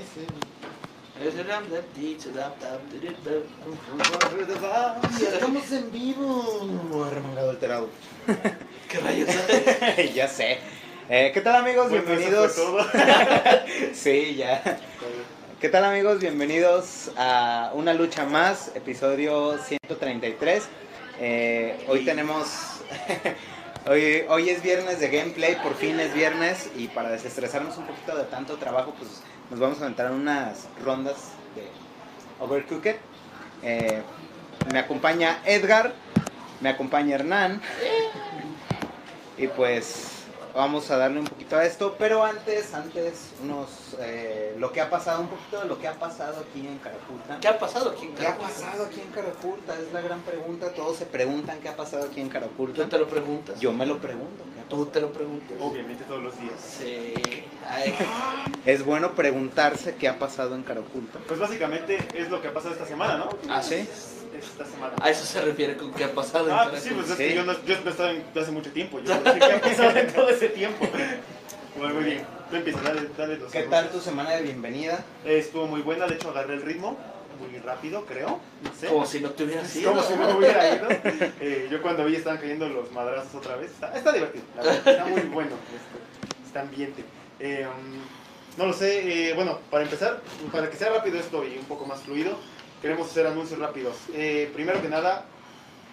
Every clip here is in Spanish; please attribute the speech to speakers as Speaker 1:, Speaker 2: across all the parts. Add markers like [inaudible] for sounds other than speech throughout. Speaker 1: [laughs]
Speaker 2: Estamos en vivo, remangado alterado.
Speaker 3: ¿Qué [laughs] rayos?
Speaker 4: [laughs] ya sé. Eh, ¿Qué tal amigos?
Speaker 3: Bueno, eso
Speaker 4: Bienvenidos.
Speaker 3: fue
Speaker 1: [laughs]
Speaker 3: todo.
Speaker 4: [laughs] sí, ya. ¿Qué tal amigos? Bienvenidos a Una Lucha Más, episodio 133. Eh, hoy tenemos... [laughs] hoy, hoy es viernes de gameplay, por fin es viernes y para desestresarnos un poquito de tanto trabajo, pues nos vamos a aventar unas rondas de Overcooked. Eh, me acompaña Edgar, me acompaña Hernán y pues... Vamos a darle un poquito a esto, pero antes, antes, unos, eh, lo que ha pasado, un poquito de lo que ha pasado aquí en Caraculta.
Speaker 3: ¿Qué ha pasado aquí en
Speaker 4: ¿Qué ha
Speaker 3: Caracas?
Speaker 4: pasado aquí en Caraculta? Es la gran pregunta. Todos se preguntan qué ha pasado aquí en
Speaker 3: Tú
Speaker 4: Caraculta.
Speaker 3: te lo preguntas.
Speaker 4: Yo me lo pregunto. ¿qué ha
Speaker 3: Tú
Speaker 4: pasado?
Speaker 3: te lo preguntas.
Speaker 1: Obviamente todos los días.
Speaker 3: Sí. e, Ay,
Speaker 4: Es bueno preguntarse qué ha pasado en Caraculta.
Speaker 1: Pues básicamente es lo que ha pasado esta semana, ¿no?
Speaker 3: ¿Ah, sí?
Speaker 1: Esta semana.
Speaker 4: Ah,
Speaker 3: a eso se refiere con qué ha pasado en
Speaker 1: Ah, pues sí,
Speaker 3: Caracas.
Speaker 1: pues es
Speaker 4: Sí.
Speaker 1: que yo no, yo no estaba en hace mucho tiempo. Yo
Speaker 4: [laughs]
Speaker 1: no sé qué ha pasado en todo ese tiempo. Bueno, muy bien. Tú empiezas, dale, dale los
Speaker 4: ¿Qué tal tu semana de bienvenida?
Speaker 1: Eh, Estuvo muy buena, de hecho agarré el ritmo. Muy rápido, creo. No sé.
Speaker 3: Como si no te hubieras
Speaker 1: Sí,
Speaker 3: ido.
Speaker 1: como si no me hubiera ido. Eh, yo cuando vi estaban cayendo los madrazos otra vez. Está, está divertido, la verdad, está muy bueno este, este ambiente. Eh, um, no lo sé, eh, bueno, para empezar, para que sea rápido esto y un poco más fluido, queremos hacer anuncios rápidos. Eh, primero que nada,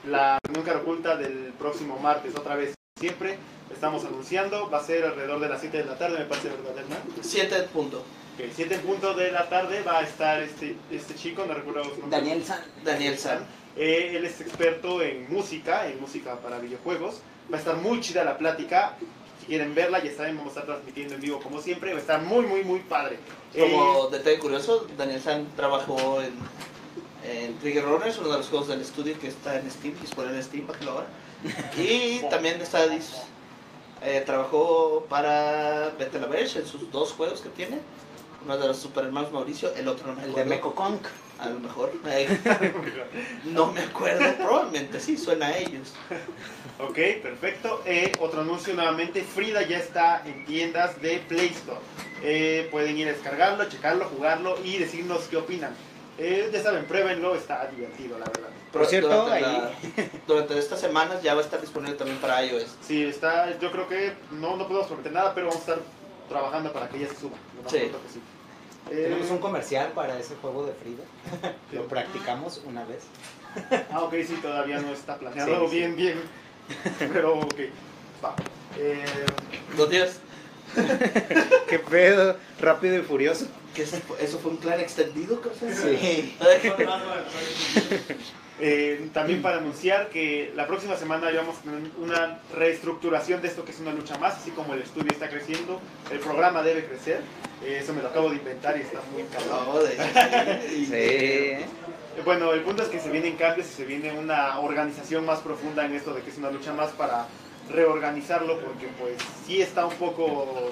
Speaker 1: la reunión cara oculta del próximo martes, otra vez, siempre estamos anunciando, va a ser alrededor de las 7 de la tarde, me parece, ¿verdad, Hernán?
Speaker 3: Siete puntos.
Speaker 1: Ok, 7 en punto de la tarde va a estar este, este chico, no recuerdo su nombre.
Speaker 4: Daniel San.
Speaker 3: Daniel San.
Speaker 1: Eh, él es experto en música, en música para videojuegos. Va a estar muy chida la plática. Si quieren verla, ya saben, vamos a estar transmitiendo en vivo como siempre. Va a estar muy, muy, muy padre. Eh,
Speaker 3: Como detalle curioso, Daniel San trabajó en, en Trigger Runners, uno de los juegos del estudio que está en Steam, disponible en Steam, bájalo ahora.
Speaker 4: [laughs]
Speaker 3: Y también está, dis- eh, trabajó para Betelaverse en sus dos juegos que tiene. Uno de los Super Hermanos Mauricio, el otro no me
Speaker 4: El de
Speaker 3: acuerdo.
Speaker 4: Meco Conk.
Speaker 3: A lo mejor. eh, no me acuerdo, [laughs] probablemente sí, suena a ellos.
Speaker 1: [laughs] ok, perfecto. Eh, otro anuncio nuevamente. Frida ya está en tiendas de Play Store. Eh, pueden ir a descargarlo, checarlo, jugarlo y decirnos qué opinan. Eh, ya saben, pruébenlo, está divertido, la verdad.
Speaker 4: Por cierto,
Speaker 3: durante,
Speaker 4: ahí-
Speaker 3: la- durante estas semanas ya va a estar disponible también para iOS.
Speaker 1: Sí, está, yo creo que no, no podemos prometer nada, pero vamos a estar trabajando para que ella se suba. lo más
Speaker 3: Sí.
Speaker 1: pronto que sí. Eh,
Speaker 4: Tenemos un comercial para ese juego de Frida. Lo practicamos una vez.
Speaker 1: Ah, ok, sí, todavía no está planeado.
Speaker 4: Sí, sí.
Speaker 1: bien, bien. [laughs] Pero, ok. Va. Eh,
Speaker 3: Los días.
Speaker 4: Qué pedo. Rápido y furioso.
Speaker 3: que eso fue- eso fue un plan extendido, cosa. [laughs]
Speaker 4: Sí.
Speaker 1: eh, también para anunciar que la próxima semana ya vamos a tener una reestructuración de esto que es una lucha más, así como el estudio está creciendo, el programa debe crecer. Eh, eso me lo acabo de inventar y está muy cabrón.
Speaker 3: No, de-
Speaker 4: Sí.
Speaker 1: Eh, Bueno, el punto es que se vienen cambios y se viene una organización más profunda en esto de que es una lucha más para reorganizarlo porque pues sí está un poco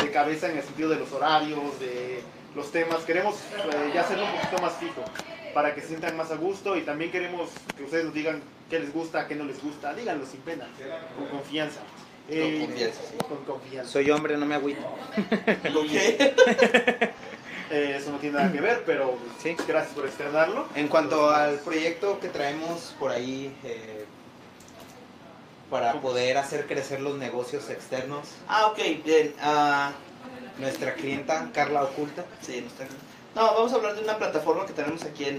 Speaker 1: de cabeza en el sentido de los horarios, de los temas. Queremos eh, ya hacerlo un poquito más fijo para que se sientan más a gusto y también queremos que ustedes nos digan qué les gusta, qué no les gusta. Díganlo sin pena, con confianza. Eh,
Speaker 3: confianza, sí.
Speaker 1: Con confianza.
Speaker 4: Soy hombre, no me agüito.
Speaker 3: ¿Con qué?
Speaker 1: Eh, eso no tiene nada que ver, pero
Speaker 4: Sí.
Speaker 1: gracias por externarlo. pues,
Speaker 4: En cuanto al proyecto que traemos por ahí eh, para poder hacer crecer los negocios externos,
Speaker 3: Ah, ok, bien. ah,
Speaker 4: nuestra clienta Carla Oculta,
Speaker 3: sí, no, está- no, vamos a hablar de una plataforma que tenemos aquí en,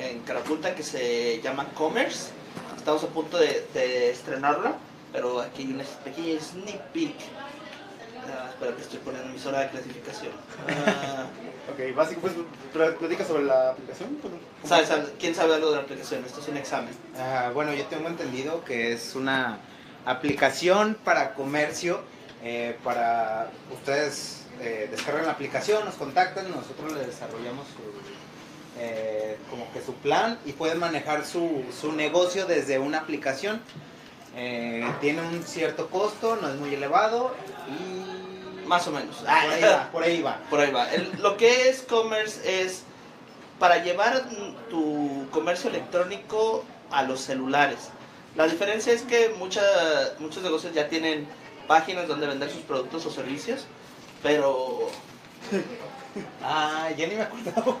Speaker 3: en Carapulta que se llama Commerce. Estamos a punto de, de estrenarla, pero aquí hay una pequeña sneak peek. Ah, espérate, estoy poniendo mi zona de clasificación. Ah,
Speaker 1: Ok, básicamente, pues, platica sobre la aplicación. ¿cómo- cómo
Speaker 3: ¿sabes algo? ¿Quién sabe algo de la aplicación? Esto es un examen.
Speaker 4: ah, bueno, yo tengo entendido que es una aplicación para comercio, eh, para ustedes eh, descargan la aplicación, nos contactan, nosotros le desarrollamos su, eh, como que su plan y pueden manejar su, su negocio desde una aplicación. Eh, tiene un cierto costo, no es muy elevado y
Speaker 3: Más o menos.
Speaker 4: Ah, por ahí va, por ahí va.
Speaker 3: Por ahí va. El- lo que es commerce es para llevar mm, tu comercio electrónico a los celulares. La diferencia es que mucha- muchos negocios ya tienen páginas donde vender sus productos o servicios, pero
Speaker 4: Ah, ya ni me acordaba.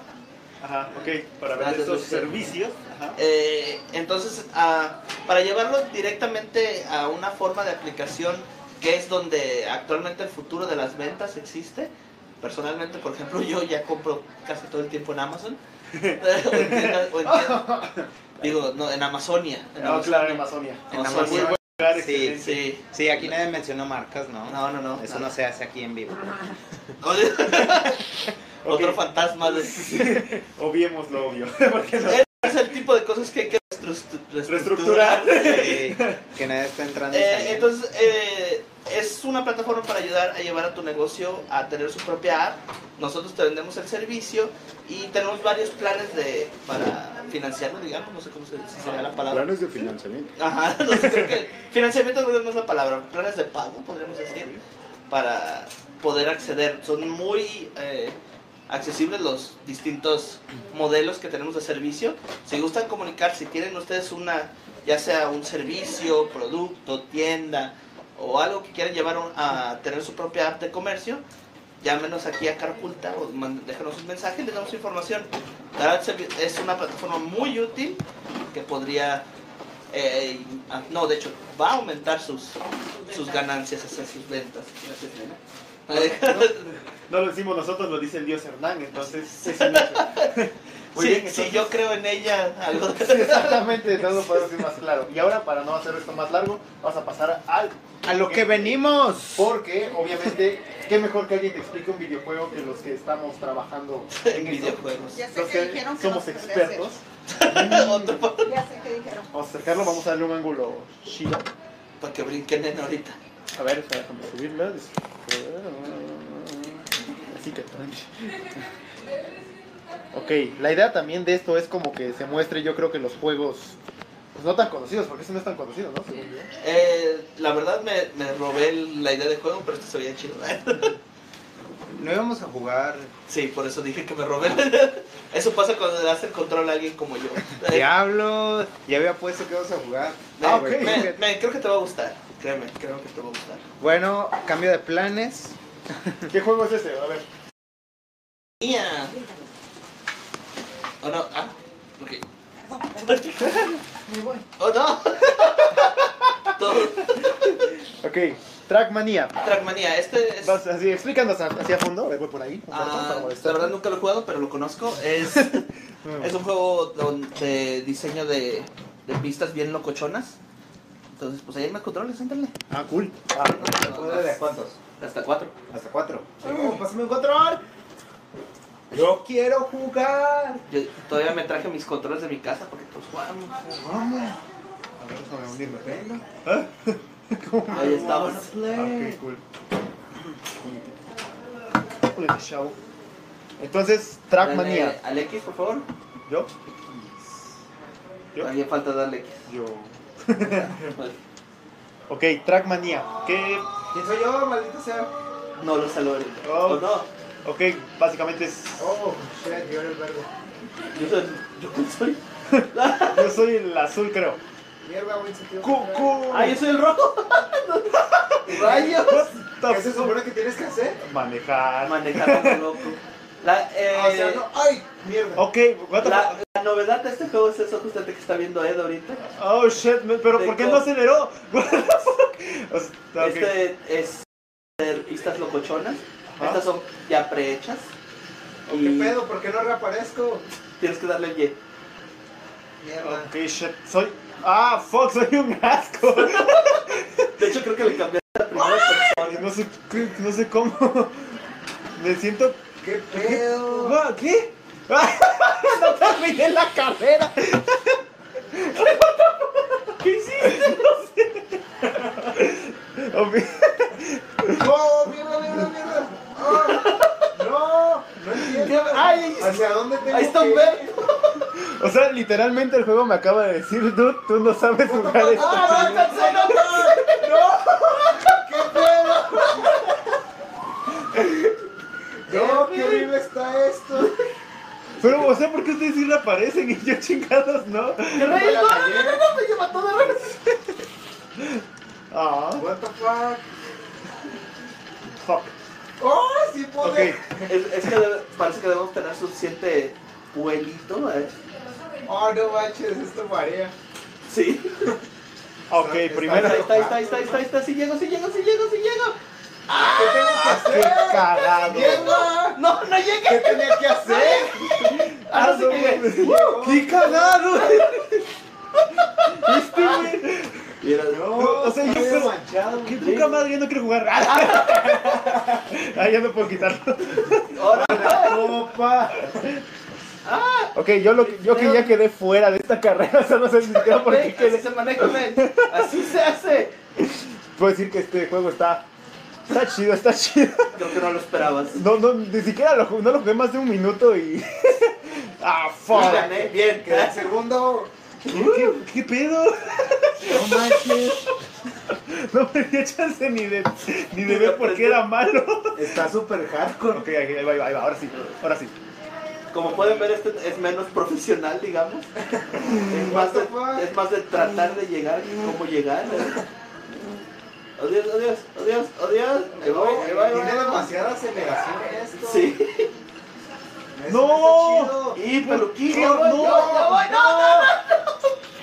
Speaker 1: Ajá, ok, para
Speaker 3: Ah,
Speaker 1: vender
Speaker 3: sí,
Speaker 1: esos
Speaker 3: sí.
Speaker 1: servicios. Ajá.
Speaker 3: Eh, entonces, a- para llevarlo directamente a una forma de aplicación que es donde actualmente el futuro de las ventas existe. Personalmente, por ejemplo, yo ya compro casi todo el tiempo en Amazon.
Speaker 1: [laughs]
Speaker 3: [laughs] O en tiendas- o en tiendas- digo, no, en Amazonia. En
Speaker 1: Ah, claro, en Amazonia.
Speaker 3: En
Speaker 1: Muy
Speaker 3: Amazonia.
Speaker 1: buen lugar,
Speaker 4: Sí,
Speaker 1: excelente.
Speaker 3: Sí.
Speaker 4: Sí, aquí nadie mencionó marcas, ¿no?
Speaker 3: No, no, no.
Speaker 4: Eso
Speaker 3: nada.
Speaker 4: no se hace aquí en vivo.
Speaker 3: [laughs] Otro
Speaker 1: Ok.
Speaker 3: fantasma
Speaker 1: [laughs]
Speaker 3: de...
Speaker 1: Obviemos lo obvio. Porque no-
Speaker 3: Es el tipo de cosas que hay que reestru- reestructurar.
Speaker 1: Reestructurar.
Speaker 3: Sí.
Speaker 4: Sí, que nadie está entrando. y
Speaker 3: Eh,
Speaker 4: saliendo.
Speaker 3: entonces, eh, es una plataforma para ayudar a llevar a tu negocio a tener su propia app. Nosotros te vendemos el servicio y tenemos varios planes de, para financiarlo, digamos, no sé cómo se, si sería la palabra.
Speaker 5: Planes de financiamiento.
Speaker 3: Ajá, [laughs] no sé, creo que financiamiento creo que no es la palabra, planes de pago, podríamos decir, para poder acceder. Son muy eh, accesibles los distintos modelos que tenemos de servicio. Si gustan comunicar, si tienen ustedes una, ya sea un servicio, producto, tienda o algo que quieran llevar un- a tener su propia app de comercio, llámenos aquí a Carculta o mand- déjanos un mensaje y les damos información. La verdad se- es una plataforma muy útil que podría eh, ah, no, de hecho, va a aumentar sus, sus ganancias, o sea, sus ventas. Gracias, nena.
Speaker 1: No lo decimos nosotros, lo dice el dios Hernán, entonces es un hecho.
Speaker 3: [laughs]
Speaker 1: Muy
Speaker 3: Sí,
Speaker 1: bien,
Speaker 3: si
Speaker 1: entonces- [laughs]
Speaker 3: yo creo en ella, algo
Speaker 1: Sí, exactamente, no lo podemos decir más claro. Y ahora, para no hacer esto más largo, vamos a pasar al...
Speaker 4: a lo que venimos.
Speaker 1: Porque, obviamente, qué mejor que alguien te explique un videojuego que los que estamos trabajando
Speaker 3: [laughs] en
Speaker 1: [laughs] en esto.
Speaker 3: videojuegos.
Speaker 6: Ya sé
Speaker 1: Los
Speaker 6: que
Speaker 1: que
Speaker 6: dijeron que
Speaker 1: somos
Speaker 6: no se podía
Speaker 1: expertos.
Speaker 3: [laughs] Otro
Speaker 6: hacer. Ya sé que dijeron.
Speaker 1: Vamos a acercarlo, vamos a darle un ángulo chido.
Speaker 3: para que brinquen en ahorita.
Speaker 1: A ver, espera, déjame subirla. Así que. Ok, la idea también de esto es como que se muestre, yo creo que los juegos. Pues no tan conocidos, porque eso no es tan conocido, ¿no? Según yo.
Speaker 3: Eh, la verdad me, me robé la idea de juego, pero esto se veía chido. [laughs]
Speaker 4: No íbamos a jugar.
Speaker 3: Sí, por eso dije que me robé [laughs] la idea. Eso pasa cuando le das el control a alguien como
Speaker 1: [laughs]
Speaker 3: yo. Eh,
Speaker 4: Diablo, ya había puesto que íbamos a jugar. Eh,
Speaker 3: Me-
Speaker 1: Ah, ok.
Speaker 3: me- me- creo que te va a gustar. Créeme, creo que te va a gustar.
Speaker 4: Bueno, cambio de planes.
Speaker 1: ¿Qué juego es ese? A ver.
Speaker 3: Mía. Oh no, ah, ok.
Speaker 6: Me voy.
Speaker 3: ¡Oh, no! [laughs] Todo.
Speaker 1: Ok, Trackmania.
Speaker 3: Trackmania, este es...
Speaker 1: Vas así, explícanos hacia fondo. A ver, voy por ahí. un cartón para
Speaker 3: Ah, la
Speaker 1: molestar.
Speaker 3: verdad nunca lo he jugado, pero lo conozco. Es,
Speaker 1: Mm.
Speaker 3: es un juego don- de diseño de, de pistas bien locochonas. Entonces, pues ahí hay más controles, éntrale.
Speaker 1: Ah, cool.
Speaker 3: Ah, no, no, no, hasta-
Speaker 2: cuántos?
Speaker 3: Hasta cuatro.
Speaker 2: Hasta cuatro. Oh, pásame un control. Yo quiero jugar.
Speaker 3: Yo todavía me traje mis controles de mi casa porque pues jugamos.
Speaker 2: Vamos. A ver, déjame unirme. Venga.
Speaker 3: Ahí estamos.
Speaker 1: Ah, ok, cool. Ole, chavo. Entonces,
Speaker 3: Dale
Speaker 1: Trackmania.
Speaker 3: Al X, por favor.
Speaker 1: ¿Yo? ¿Yo?
Speaker 3: Todavía falta darle X.
Speaker 1: Yo. Ok, Trackmania. ¿Qué?
Speaker 2: ¿Quién soy yo, maldito sea?
Speaker 3: No lo saludé.
Speaker 1: Oh.
Speaker 3: Oh, no.
Speaker 1: Ok, básicamente es.
Speaker 2: Oh, shit, yo era el verde.
Speaker 3: Yo soy. Yo [laughs] soy.
Speaker 1: Yo soy el azul, creo.
Speaker 2: Mierda, buen sentido.
Speaker 1: Cucu.
Speaker 3: Ah, yo soy el rojo.
Speaker 2: ¡Rayos! [laughs] ¿Qué se
Speaker 1: Top.
Speaker 2: supone que tienes que hacer?
Speaker 3: Ah,
Speaker 1: Manejar.
Speaker 3: Manejar como loco. La, eh,
Speaker 2: O sea, no. ¡Ay! Mierda.
Speaker 1: Ok, what the
Speaker 3: la, la novedad de este juego es eso justamente que está viendo Ed ahorita.
Speaker 1: fu- Oh shit, me- pero ¿por qué no aceleró? [laughs] What the fuck? O sea, ok.
Speaker 3: Este es hacer pistas locochonas.
Speaker 1: Ah.
Speaker 3: Estas son ya prehechas.
Speaker 2: ¿Qué pedo? ¿Por qué no reaparezco?
Speaker 3: Tienes que darle el Y.
Speaker 2: Mierda.
Speaker 1: Ok, shit, soy. Ah, fuck, soy un
Speaker 3: [laughs]
Speaker 1: asco.
Speaker 3: De hecho, creo que le cambié la primera persona.
Speaker 1: No sé, qué- no sé cómo. Me siento.
Speaker 2: ¿Qué pedo?
Speaker 1: Guau, ¿Qué? [laughs] No terminé la carrera. [laughs] ¿Qué hiciste? No sé. [laughs]
Speaker 2: ¡Oh, mierda, mierda, mierda! ¡Oh! ¡No! ¡No entiendo!
Speaker 1: Ay,
Speaker 2: ¿Hacia dónde tengo
Speaker 3: Ahí está
Speaker 2: que
Speaker 3: un
Speaker 2: ir?
Speaker 3: verde.
Speaker 1: O sea, literalmente el juego me acaba de decir, dude, tú no sabes jugar esto.
Speaker 2: ¡Ah, no, no, no, no! ¡No! ¡Qué pedo! ¡No, qué horrible está esto!
Speaker 1: Pero, o sea, ¿por qué ustedes sí reaparecen y yo chingados no?
Speaker 2: Me la cagué.
Speaker 1: me lleva todo de Ah,
Speaker 2: What the fuck?
Speaker 1: fuck.
Speaker 2: ¡Oh, sí pude!
Speaker 1: Ok,
Speaker 3: Es, es que debe- parece que debemos tener suficiente vuelito. ¿eh?
Speaker 2: Oh, no manches, esto marea.
Speaker 3: Sí.
Speaker 1: Ah, ok,
Speaker 2: Está-
Speaker 1: primero.
Speaker 3: Ahí está, ahí está, ahí está, ahí está, ahí está, sí llego, sí llego, sí llego, sí llego.
Speaker 2: Ah, ¿Qué tengo que
Speaker 1: ¡Qué
Speaker 2: hacer?
Speaker 1: cagado!
Speaker 2: ¡Mierda!
Speaker 3: No, no llegué.
Speaker 2: ¿Qué tenía que hacer?
Speaker 3: Ah, no, sí
Speaker 2: no,
Speaker 3: llegué. ¡Uh!
Speaker 2: no, no.
Speaker 3: [laughs]
Speaker 1: ¡Qué cagado!
Speaker 3: Este, Y era-
Speaker 1: "Oh".
Speaker 2: No,
Speaker 1: O sea,
Speaker 2: está
Speaker 1: yo creo-
Speaker 2: manchado,
Speaker 1: ¡Qué
Speaker 2: güey.
Speaker 1: poca madre! Ya no quiero jugar. [laughs] Ah, ya no puedo quitarlo.
Speaker 3: Ahora,
Speaker 2: La copa.
Speaker 1: Ah. Ok, yo, lo, que- yo que ya quedé fuera de esta carrera, [laughs] o sea, no sé ni siquiera por qué
Speaker 3: ven, así
Speaker 1: quedé.
Speaker 3: se maneja, ven. Así se hace.
Speaker 1: Puedo decir que este juego está. Está chido, está chido. [laughs]
Speaker 3: Creo que no lo esperabas.
Speaker 1: No, no, ni siquiera lo, ju- no lo jugué más de un minuto y. ¡Ah, fuck!
Speaker 3: Y gané, bien,
Speaker 2: Que el
Speaker 3: gracias.
Speaker 2: segundo.
Speaker 1: ¿Qué, qué pedo?
Speaker 2: No manches.
Speaker 1: No me dio chance ni de, ni
Speaker 3: de
Speaker 1: de ver por qué era malo.
Speaker 2: Está súper hardcore.
Speaker 1: Ok, ahí va, ahí va, ahí va, ahora sí, ahora sí.
Speaker 3: Como pueden ver, este es menos profesional, digamos. Es más de, es más de tratar de llegar y cómo llegar. ¿eh? Adiós, adiós, adiós, adiós. Ahí voy, ahí voy, ahí voy.
Speaker 2: Tiene demasiada aceleración esto.
Speaker 3: Sí.
Speaker 2: Eso
Speaker 1: No.
Speaker 2: está chido.
Speaker 3: Y peluquín,
Speaker 1: ¿Qué?
Speaker 3: ya voy,
Speaker 1: No.
Speaker 3: ya voy, ya voy, no, no, no.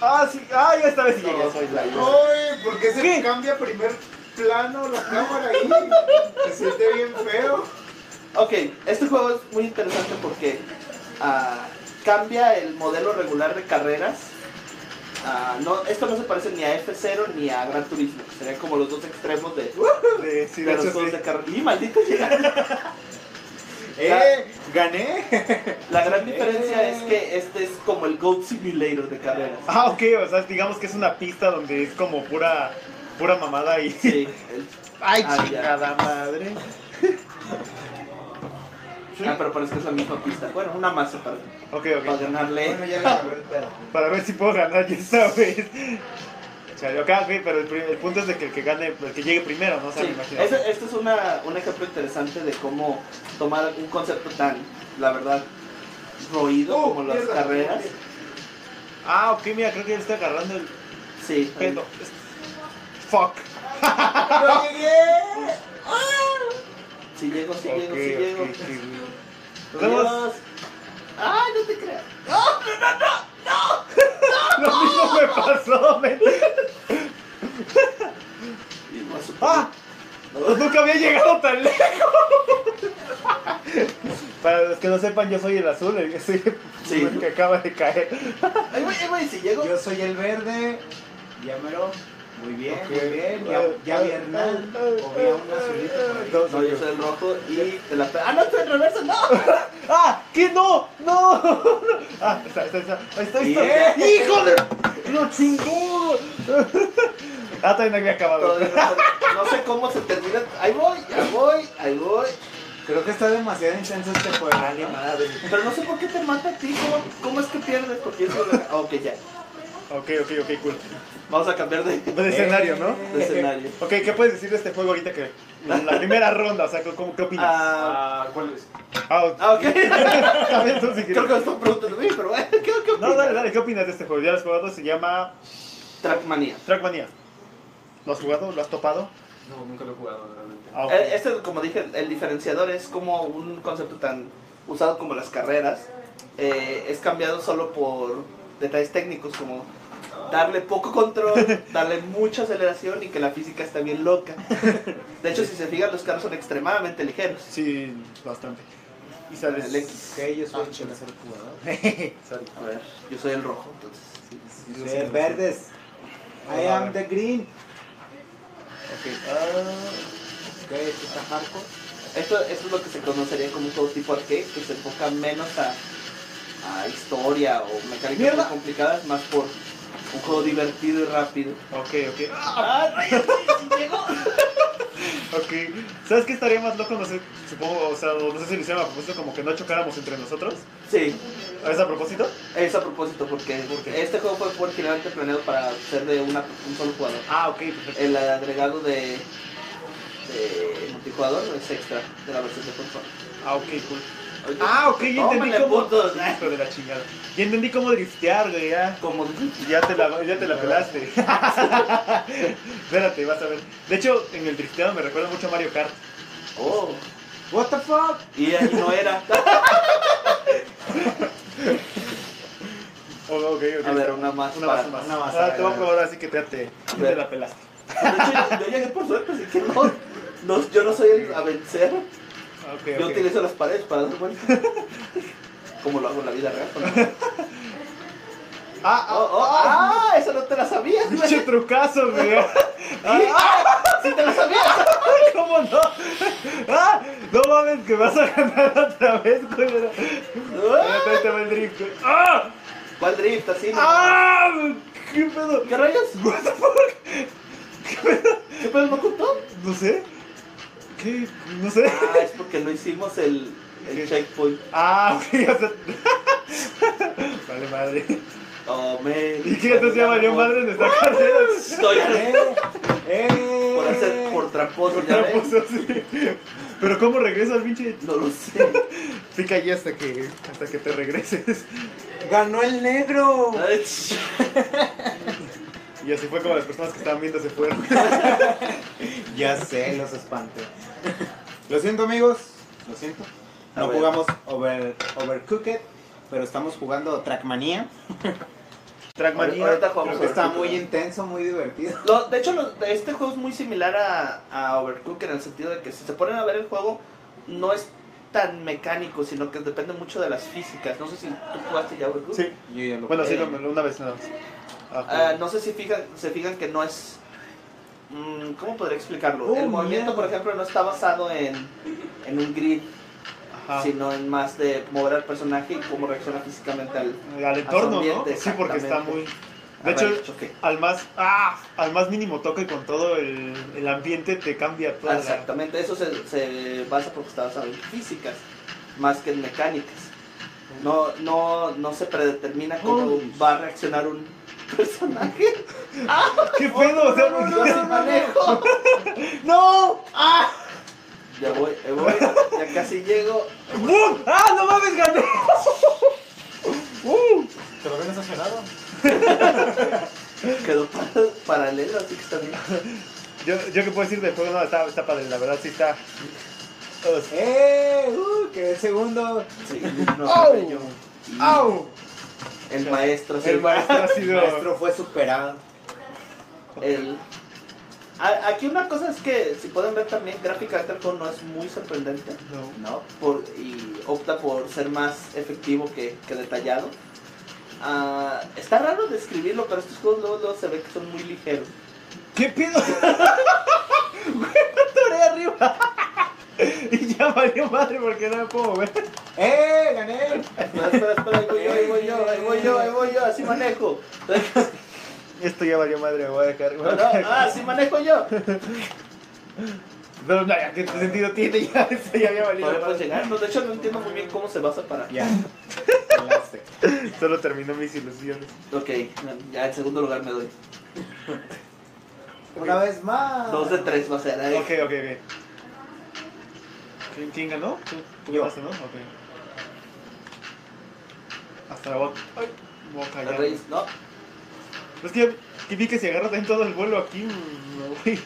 Speaker 1: Ah, sí, ah, ya esta vez sí llegué.
Speaker 3: No, soy la-
Speaker 2: Uy, ¿por qué se
Speaker 1: ¿Qué?
Speaker 2: cambia primer plano la cámara ahí? Se siente bien feo.
Speaker 3: Ok, este juego es muy interesante porque ah, cambia el modelo regular de carreras. Ah, no, esto no se parece ni a F0 ni a Gran Turismo. Serían como los dos extremos de,
Speaker 1: Sí, sí, de
Speaker 3: de los
Speaker 1: hecho,
Speaker 3: juegos
Speaker 1: sí.
Speaker 3: de carrera. Y maldito llegar.
Speaker 2: ¡Eh! ¡Gané!
Speaker 3: La gran diferencia es que este es como el Goat Simulator de carreras.
Speaker 1: Ah, ok, o sea, digamos que es una pista donde es como pura, pura mamada y...
Speaker 3: Sí, el-
Speaker 1: ¡Ay,
Speaker 3: Ah, ya.
Speaker 1: chingada madre!
Speaker 3: ah, pero parece que es la misma pista. Bueno, una masa para,
Speaker 1: [laughs] Ok,
Speaker 3: para
Speaker 1: ok,
Speaker 2: Bueno,
Speaker 3: ganarle.
Speaker 2: ya le agarré el pedo.
Speaker 1: para ver si puedo ganar ya esta vez. Chale, ok, ok, pero el, pri- el punto es de que el que gane, el que llegue primero, ¿no? O sea,
Speaker 3: Sí,
Speaker 1: me imagino.
Speaker 3: ese- este es una, un ejemplo interesante de cómo tomar un concepto tan, la verdad, roído
Speaker 2: Oh,
Speaker 3: como las
Speaker 2: mierda.
Speaker 3: carreras.
Speaker 1: Ah, ok, mira, creo que ya está agarrando el
Speaker 3: Sí, ahí.
Speaker 1: pedo. Fuck.
Speaker 2: ¡No llegué!
Speaker 3: si llego, si
Speaker 1: Ok,
Speaker 3: llego, si
Speaker 1: ok,
Speaker 3: llego.
Speaker 1: ok. Nos
Speaker 3: Adiós.
Speaker 1: vemos.
Speaker 3: ¡Ay, no te creas!
Speaker 1: Lo mismo me pasó, men.
Speaker 3: Y no es su-
Speaker 1: ¡Ah! Nunca había llegado tan lejos. [laughs] Para los que no sepan, yo soy el azul, el, soy
Speaker 3: Sí.
Speaker 1: el que acaba de caer.
Speaker 3: Ay, güey, ay, güey, si llego.
Speaker 2: Yo soy el verde. Llámelo. Muy bien, muy bien. Ya, ya vi a Hernán. O vi a un azulito por ahí.
Speaker 1: No,
Speaker 3: No,
Speaker 1: soy
Speaker 3: yo
Speaker 1: yo.
Speaker 3: soy el rojo y te la pe- ¡Ah, no, estoy en reversa! ¡No!
Speaker 1: ¡Ah! ¿Qué? ¡No! ¡No! ¡Ah! Está, está, está. Ahí está,
Speaker 3: [laughs]
Speaker 1: ahí está.
Speaker 3: Bien.
Speaker 1: ¡Híjole! ¡Lo chingó! Ah, todavía no había acabado.
Speaker 3: Todavía No no sé cómo se termina. Ahí voy, ahí voy, ahí voy.
Speaker 2: Creo que está demasiado intenso este juego.
Speaker 1: Vale, madre.
Speaker 3: Pero no sé por qué te mata a ti. ¿Cómo, cómo es que pierdes? Porque eso. Ah, Ok, ya.
Speaker 1: Ok, ok, ok, cool.
Speaker 3: Vamos a cambiar de, de
Speaker 1: De escenario, ¿no?
Speaker 2: Eh,
Speaker 3: escenario.
Speaker 2: [laughs]
Speaker 1: Ok, ¿qué puedes decir de este juego ahorita que... La primera ronda, o sea, ¿cómo, ¿qué opinas?
Speaker 3: Ah,
Speaker 2: Ah, ¿cuál es?
Speaker 1: Ah, [laughs]
Speaker 3: ah, ok. [laughs]
Speaker 1: también tú si
Speaker 3: Creo
Speaker 1: quieres.
Speaker 3: que me están preguntando a mí, pero bueno, ¿qué, qué
Speaker 1: No,
Speaker 3: opinas?
Speaker 1: dale, dale, ¿qué opinas de este juego? Ya lo has jugado, se llama
Speaker 3: Trackmania.
Speaker 1: Trackmania. ¿Lo has jugado? ¿Lo has topado?
Speaker 2: No, nunca lo he jugado realmente.
Speaker 1: Ah, ok.
Speaker 3: Eh, Este, como dije, el diferenciador es como un concepto tan usado como las carreras. Eh, es cambiado solo por detalles técnicos como darle poco
Speaker 1: [laughs]
Speaker 3: control, darle mucha aceleración y que la física está bien loca. De hecho, si se fijan, los carros son extremadamente ligeros.
Speaker 1: Sí, bastante. Y
Speaker 3: El
Speaker 1: sales...
Speaker 3: X.
Speaker 2: Ok, yo soy
Speaker 3: Ah,
Speaker 2: el tercer jugador.
Speaker 1: Eh, Sorry.
Speaker 3: A ver, yo soy el rojo, entonces.
Speaker 2: Yo soy el verdes. I
Speaker 1: Ah,
Speaker 2: am the green.
Speaker 1: Ok. Ah,
Speaker 2: Ok, esto está hardcore.
Speaker 3: Esto, esto es lo que se conocería como un juego tipo arcade, que se enfoca menos a, a historia o mecánicas muy
Speaker 1: Mierda.
Speaker 3: complicadas, más por un juego divertido y rápido.
Speaker 1: ok, ok. [laughs] Ok. ¿Sabes qué estaría más loco? No sé, supongo, o sea, no sé si lo hicieron a propósito, como que no chocáramos entre nosotros.
Speaker 3: Sí,
Speaker 1: ¿A ¿Es a propósito?
Speaker 3: es a propósito, porque
Speaker 1: ¿Por qué?
Speaker 3: este juego fue originalmente planeado para ser de una, un solo jugador.
Speaker 1: Ah, ok, perfecto.
Speaker 3: El agregado de, de multijugador es extra de la versión de consola.
Speaker 1: Ah, ok, cool.
Speaker 3: Oye,
Speaker 1: Ah, ok, ya entendí
Speaker 3: tómale,
Speaker 1: cómo...
Speaker 3: putos.
Speaker 1: Hijo de la chingada. Ya entendí cómo driftear, güey, ya.
Speaker 3: Como
Speaker 1: Ya te la, ya te la pelaste. Espérate, vas a ver. De hecho, en el drifteado me recuerda mucho a Mario Kart.
Speaker 3: Oh,
Speaker 1: [laughs]
Speaker 2: What the fuck?
Speaker 3: y ahí no era.
Speaker 1: Oh, ok, ok,
Speaker 3: A ver,
Speaker 1: está.
Speaker 3: una más
Speaker 1: Una
Speaker 3: para-
Speaker 1: más, una más.
Speaker 2: una más, a
Speaker 1: Ah,
Speaker 2: ver,
Speaker 1: te
Speaker 2: a
Speaker 1: voy a
Speaker 2: ver.
Speaker 1: probar así que te, te,
Speaker 3: ver.
Speaker 1: te la pelaste.
Speaker 3: De hecho, yo llegué por suerte, así que no. no, yo no soy el a vencer.
Speaker 1: Okay,
Speaker 3: Yo
Speaker 1: ok.
Speaker 3: utilizo las paredes para dar vueltas. Como lo hago en la vida real. cuando-
Speaker 1: Ah,
Speaker 3: Oh, oh, ¡Ah! Eso no te la sabías,
Speaker 1: [laughs]
Speaker 3: güey. Ah,
Speaker 1: Pinche trucazo, güey. [laughs]
Speaker 3: ¡Sí te la sabías!
Speaker 1: ¿Cómo no? [laughs] ¡Ah! No mames, que vas a ganar otra vez, culero.
Speaker 3: Ah,
Speaker 1: Ahí te va el drift, güey. ¡Ah!
Speaker 3: ¿Cuál drift? Así. no?
Speaker 1: ¡Ah! ¿Qué pedo?
Speaker 3: ¿Qué rayos? [laughs]
Speaker 1: What the fuck?
Speaker 3: ¿Qué pedo no contó?
Speaker 1: No sé. ¿Qué? No sé.
Speaker 3: Ah, es porque no hicimos el, el
Speaker 1: Sí.
Speaker 3: checkpoint.
Speaker 1: Ah, ok, o sea. [laughs] Vale, madre.
Speaker 3: Oh, man.
Speaker 1: ¿Y qué? Entonces ya valió madre en esta carrera.
Speaker 3: Estoy
Speaker 2: Eh, eh.
Speaker 3: por hacer por tramposo, ya
Speaker 1: [laughs] Ya
Speaker 3: ves.
Speaker 1: puso así. Pero ¿cómo regresa el pinche?
Speaker 3: No lo sé.
Speaker 1: Pica ahí hasta que, hasta que te regreses.
Speaker 4: ¡Ganó el negro!
Speaker 3: Ay, ch-
Speaker 1: Y así fue como las personas que estaban viendo se [laughs] fueron.
Speaker 4: Ya sé, los espanté. Lo siento, amigos. Lo siento.
Speaker 3: A
Speaker 4: No
Speaker 3: ver.
Speaker 4: jugamos over, Overcooked, pero estamos jugando Trackmania.
Speaker 1: Trackmania.
Speaker 3: Ahorita jugamos
Speaker 1: creo que
Speaker 3: Overcooked.
Speaker 4: Está muy intenso, muy divertido.
Speaker 3: Lo- de hecho, lo- este juego es muy similar a, a Overcooked en el sentido de que si se ponen a ver el juego, no es tan mecánico, sino que depende mucho de las físicas. No sé si tú jugaste ya Overcooked.
Speaker 1: Sí.
Speaker 4: Yo ya lo
Speaker 1: Bueno, sí,
Speaker 3: Eh.
Speaker 1: lo- una vez nada más.
Speaker 3: Ah,
Speaker 1: Ah,
Speaker 3: no sé si fijan, se fijan que no es... mm, ¿Cómo podría explicarlo?
Speaker 1: Oh,
Speaker 3: el movimiento,
Speaker 1: mierda.
Speaker 3: por ejemplo, no está basado en, en un grid,
Speaker 1: ajá.
Speaker 3: sino en más de mover al personaje y cómo reacciona físicamente al...
Speaker 1: Al entorno, ¿no?
Speaker 3: ambiente,
Speaker 1: Sí, porque está muy.
Speaker 3: exactamente.
Speaker 1: De
Speaker 3: al
Speaker 1: hecho,
Speaker 3: rayo de choque.
Speaker 1: al más, ah, al más mínimo toque con todo el, el ambiente te cambia toda la...
Speaker 3: Exactamente, eso se, se basa porque está basado en físicas, más que en mecánicas. No, no, no se predetermina cómo
Speaker 1: Oh.
Speaker 3: va a reaccionar un [laughs] personaje.
Speaker 1: ¿Qué pedo? O sea,
Speaker 3: no,
Speaker 1: pues,
Speaker 3: no, manejo.
Speaker 1: ¡No!
Speaker 3: Ya voy, ya voy, ya casi llego.
Speaker 1: ¡Bum! ¡Ah, no mames, gané! ¡Uh!
Speaker 2: ¿Te lo ven estacionado?
Speaker 3: [laughs] Quedó pa- paralelo, así que está bien.
Speaker 1: Yo, yo que puedo decir del juego, no, está, está padre, la verdad sí está... O sea,
Speaker 4: ¡Eh! ¡Uh! Quedé segundo.
Speaker 3: Sí, no,
Speaker 1: ¡Au!
Speaker 3: yo. Y
Speaker 4: ¡Au!
Speaker 3: El maestro, sí,
Speaker 1: El maestro ha sido...
Speaker 4: Maestro fue superado.
Speaker 3: el- A- Aquí una cosa es que, si pueden ver también, gráficamente el juego no es muy sorprendente.
Speaker 1: No.
Speaker 3: ¿no? Por, y opta por ser más efectivo que, que detallado. Ah, está raro describirlo, pero estos juegos luego, luego se ve que son muy ligeros.
Speaker 1: ¿Qué pedo? Güey, me atoré arriba. [laughs] y ya valió madre porque no me puedo mover.
Speaker 4: ¡Eh! ¡Gané!
Speaker 3: Espera, espera, espera, ahí voy yo, ahí voy yo, ahí voy yo, ahí voy yo, así manejo.
Speaker 1: Esto ya valió madre, me voy a dejar.
Speaker 3: No, no, ah, así manejo yo.
Speaker 1: Pero no, ya, ¿qué sentido tiene? Ya, eso ya había valido.
Speaker 3: Todavía puedes
Speaker 1: madre.
Speaker 3: llegar. No, de hecho, no entiendo muy bien cómo se basa para.
Speaker 4: Ya. Ganaste.
Speaker 1: Solo terminó mis ilusiones.
Speaker 3: Ok, ya en segundo lugar me doy.
Speaker 4: Una vez más.
Speaker 3: Dos de tres va a ser. ¿eh? ahí.
Speaker 1: Ok, ok, ok. ¿Quién- ¿Quién ganó? ¿Tú, tú
Speaker 4: Yo.
Speaker 1: ganaste, no? Ok. Hasta la boca. Ay, boca
Speaker 3: El
Speaker 1: ya.
Speaker 3: Reyes, no.
Speaker 1: Es que yo que vi que se agarra también todo el vuelo aquí, no, güey.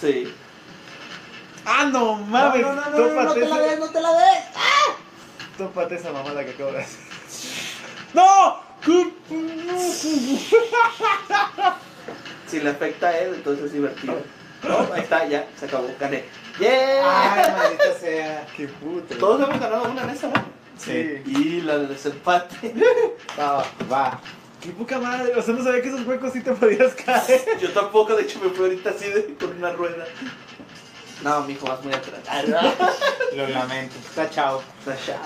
Speaker 3: Sí.
Speaker 1: ¡Ah, no
Speaker 4: No,
Speaker 1: mames!
Speaker 4: no, no, no, no,
Speaker 1: tópate
Speaker 4: no te la
Speaker 1: esa-
Speaker 4: des, no te la des.
Speaker 1: ¡Ah! Tópate esa mamada que acabo de hacer. ¡No! ¡Qué-
Speaker 3: Si le afecta a él, entonces es divertido. No, ahí está, ya, se acabó, gané.
Speaker 4: Ay,
Speaker 3: ¡Yeah!
Speaker 4: maldita sea.
Speaker 1: ¡Qué puto!
Speaker 3: Todos hemos ganado una en esa, ¿no?
Speaker 1: Sí.
Speaker 3: Y la del desempate.
Speaker 4: Va, va.
Speaker 1: ¡Qué poca madre! O sea, no sabía que esos huecos sí te podías caer.
Speaker 3: Yo tampoco, de hecho, me fui ahorita así de, con una rueda. No, mijo, vas muy atrás.
Speaker 4: Lo lamento. Está chao.
Speaker 3: Está chao.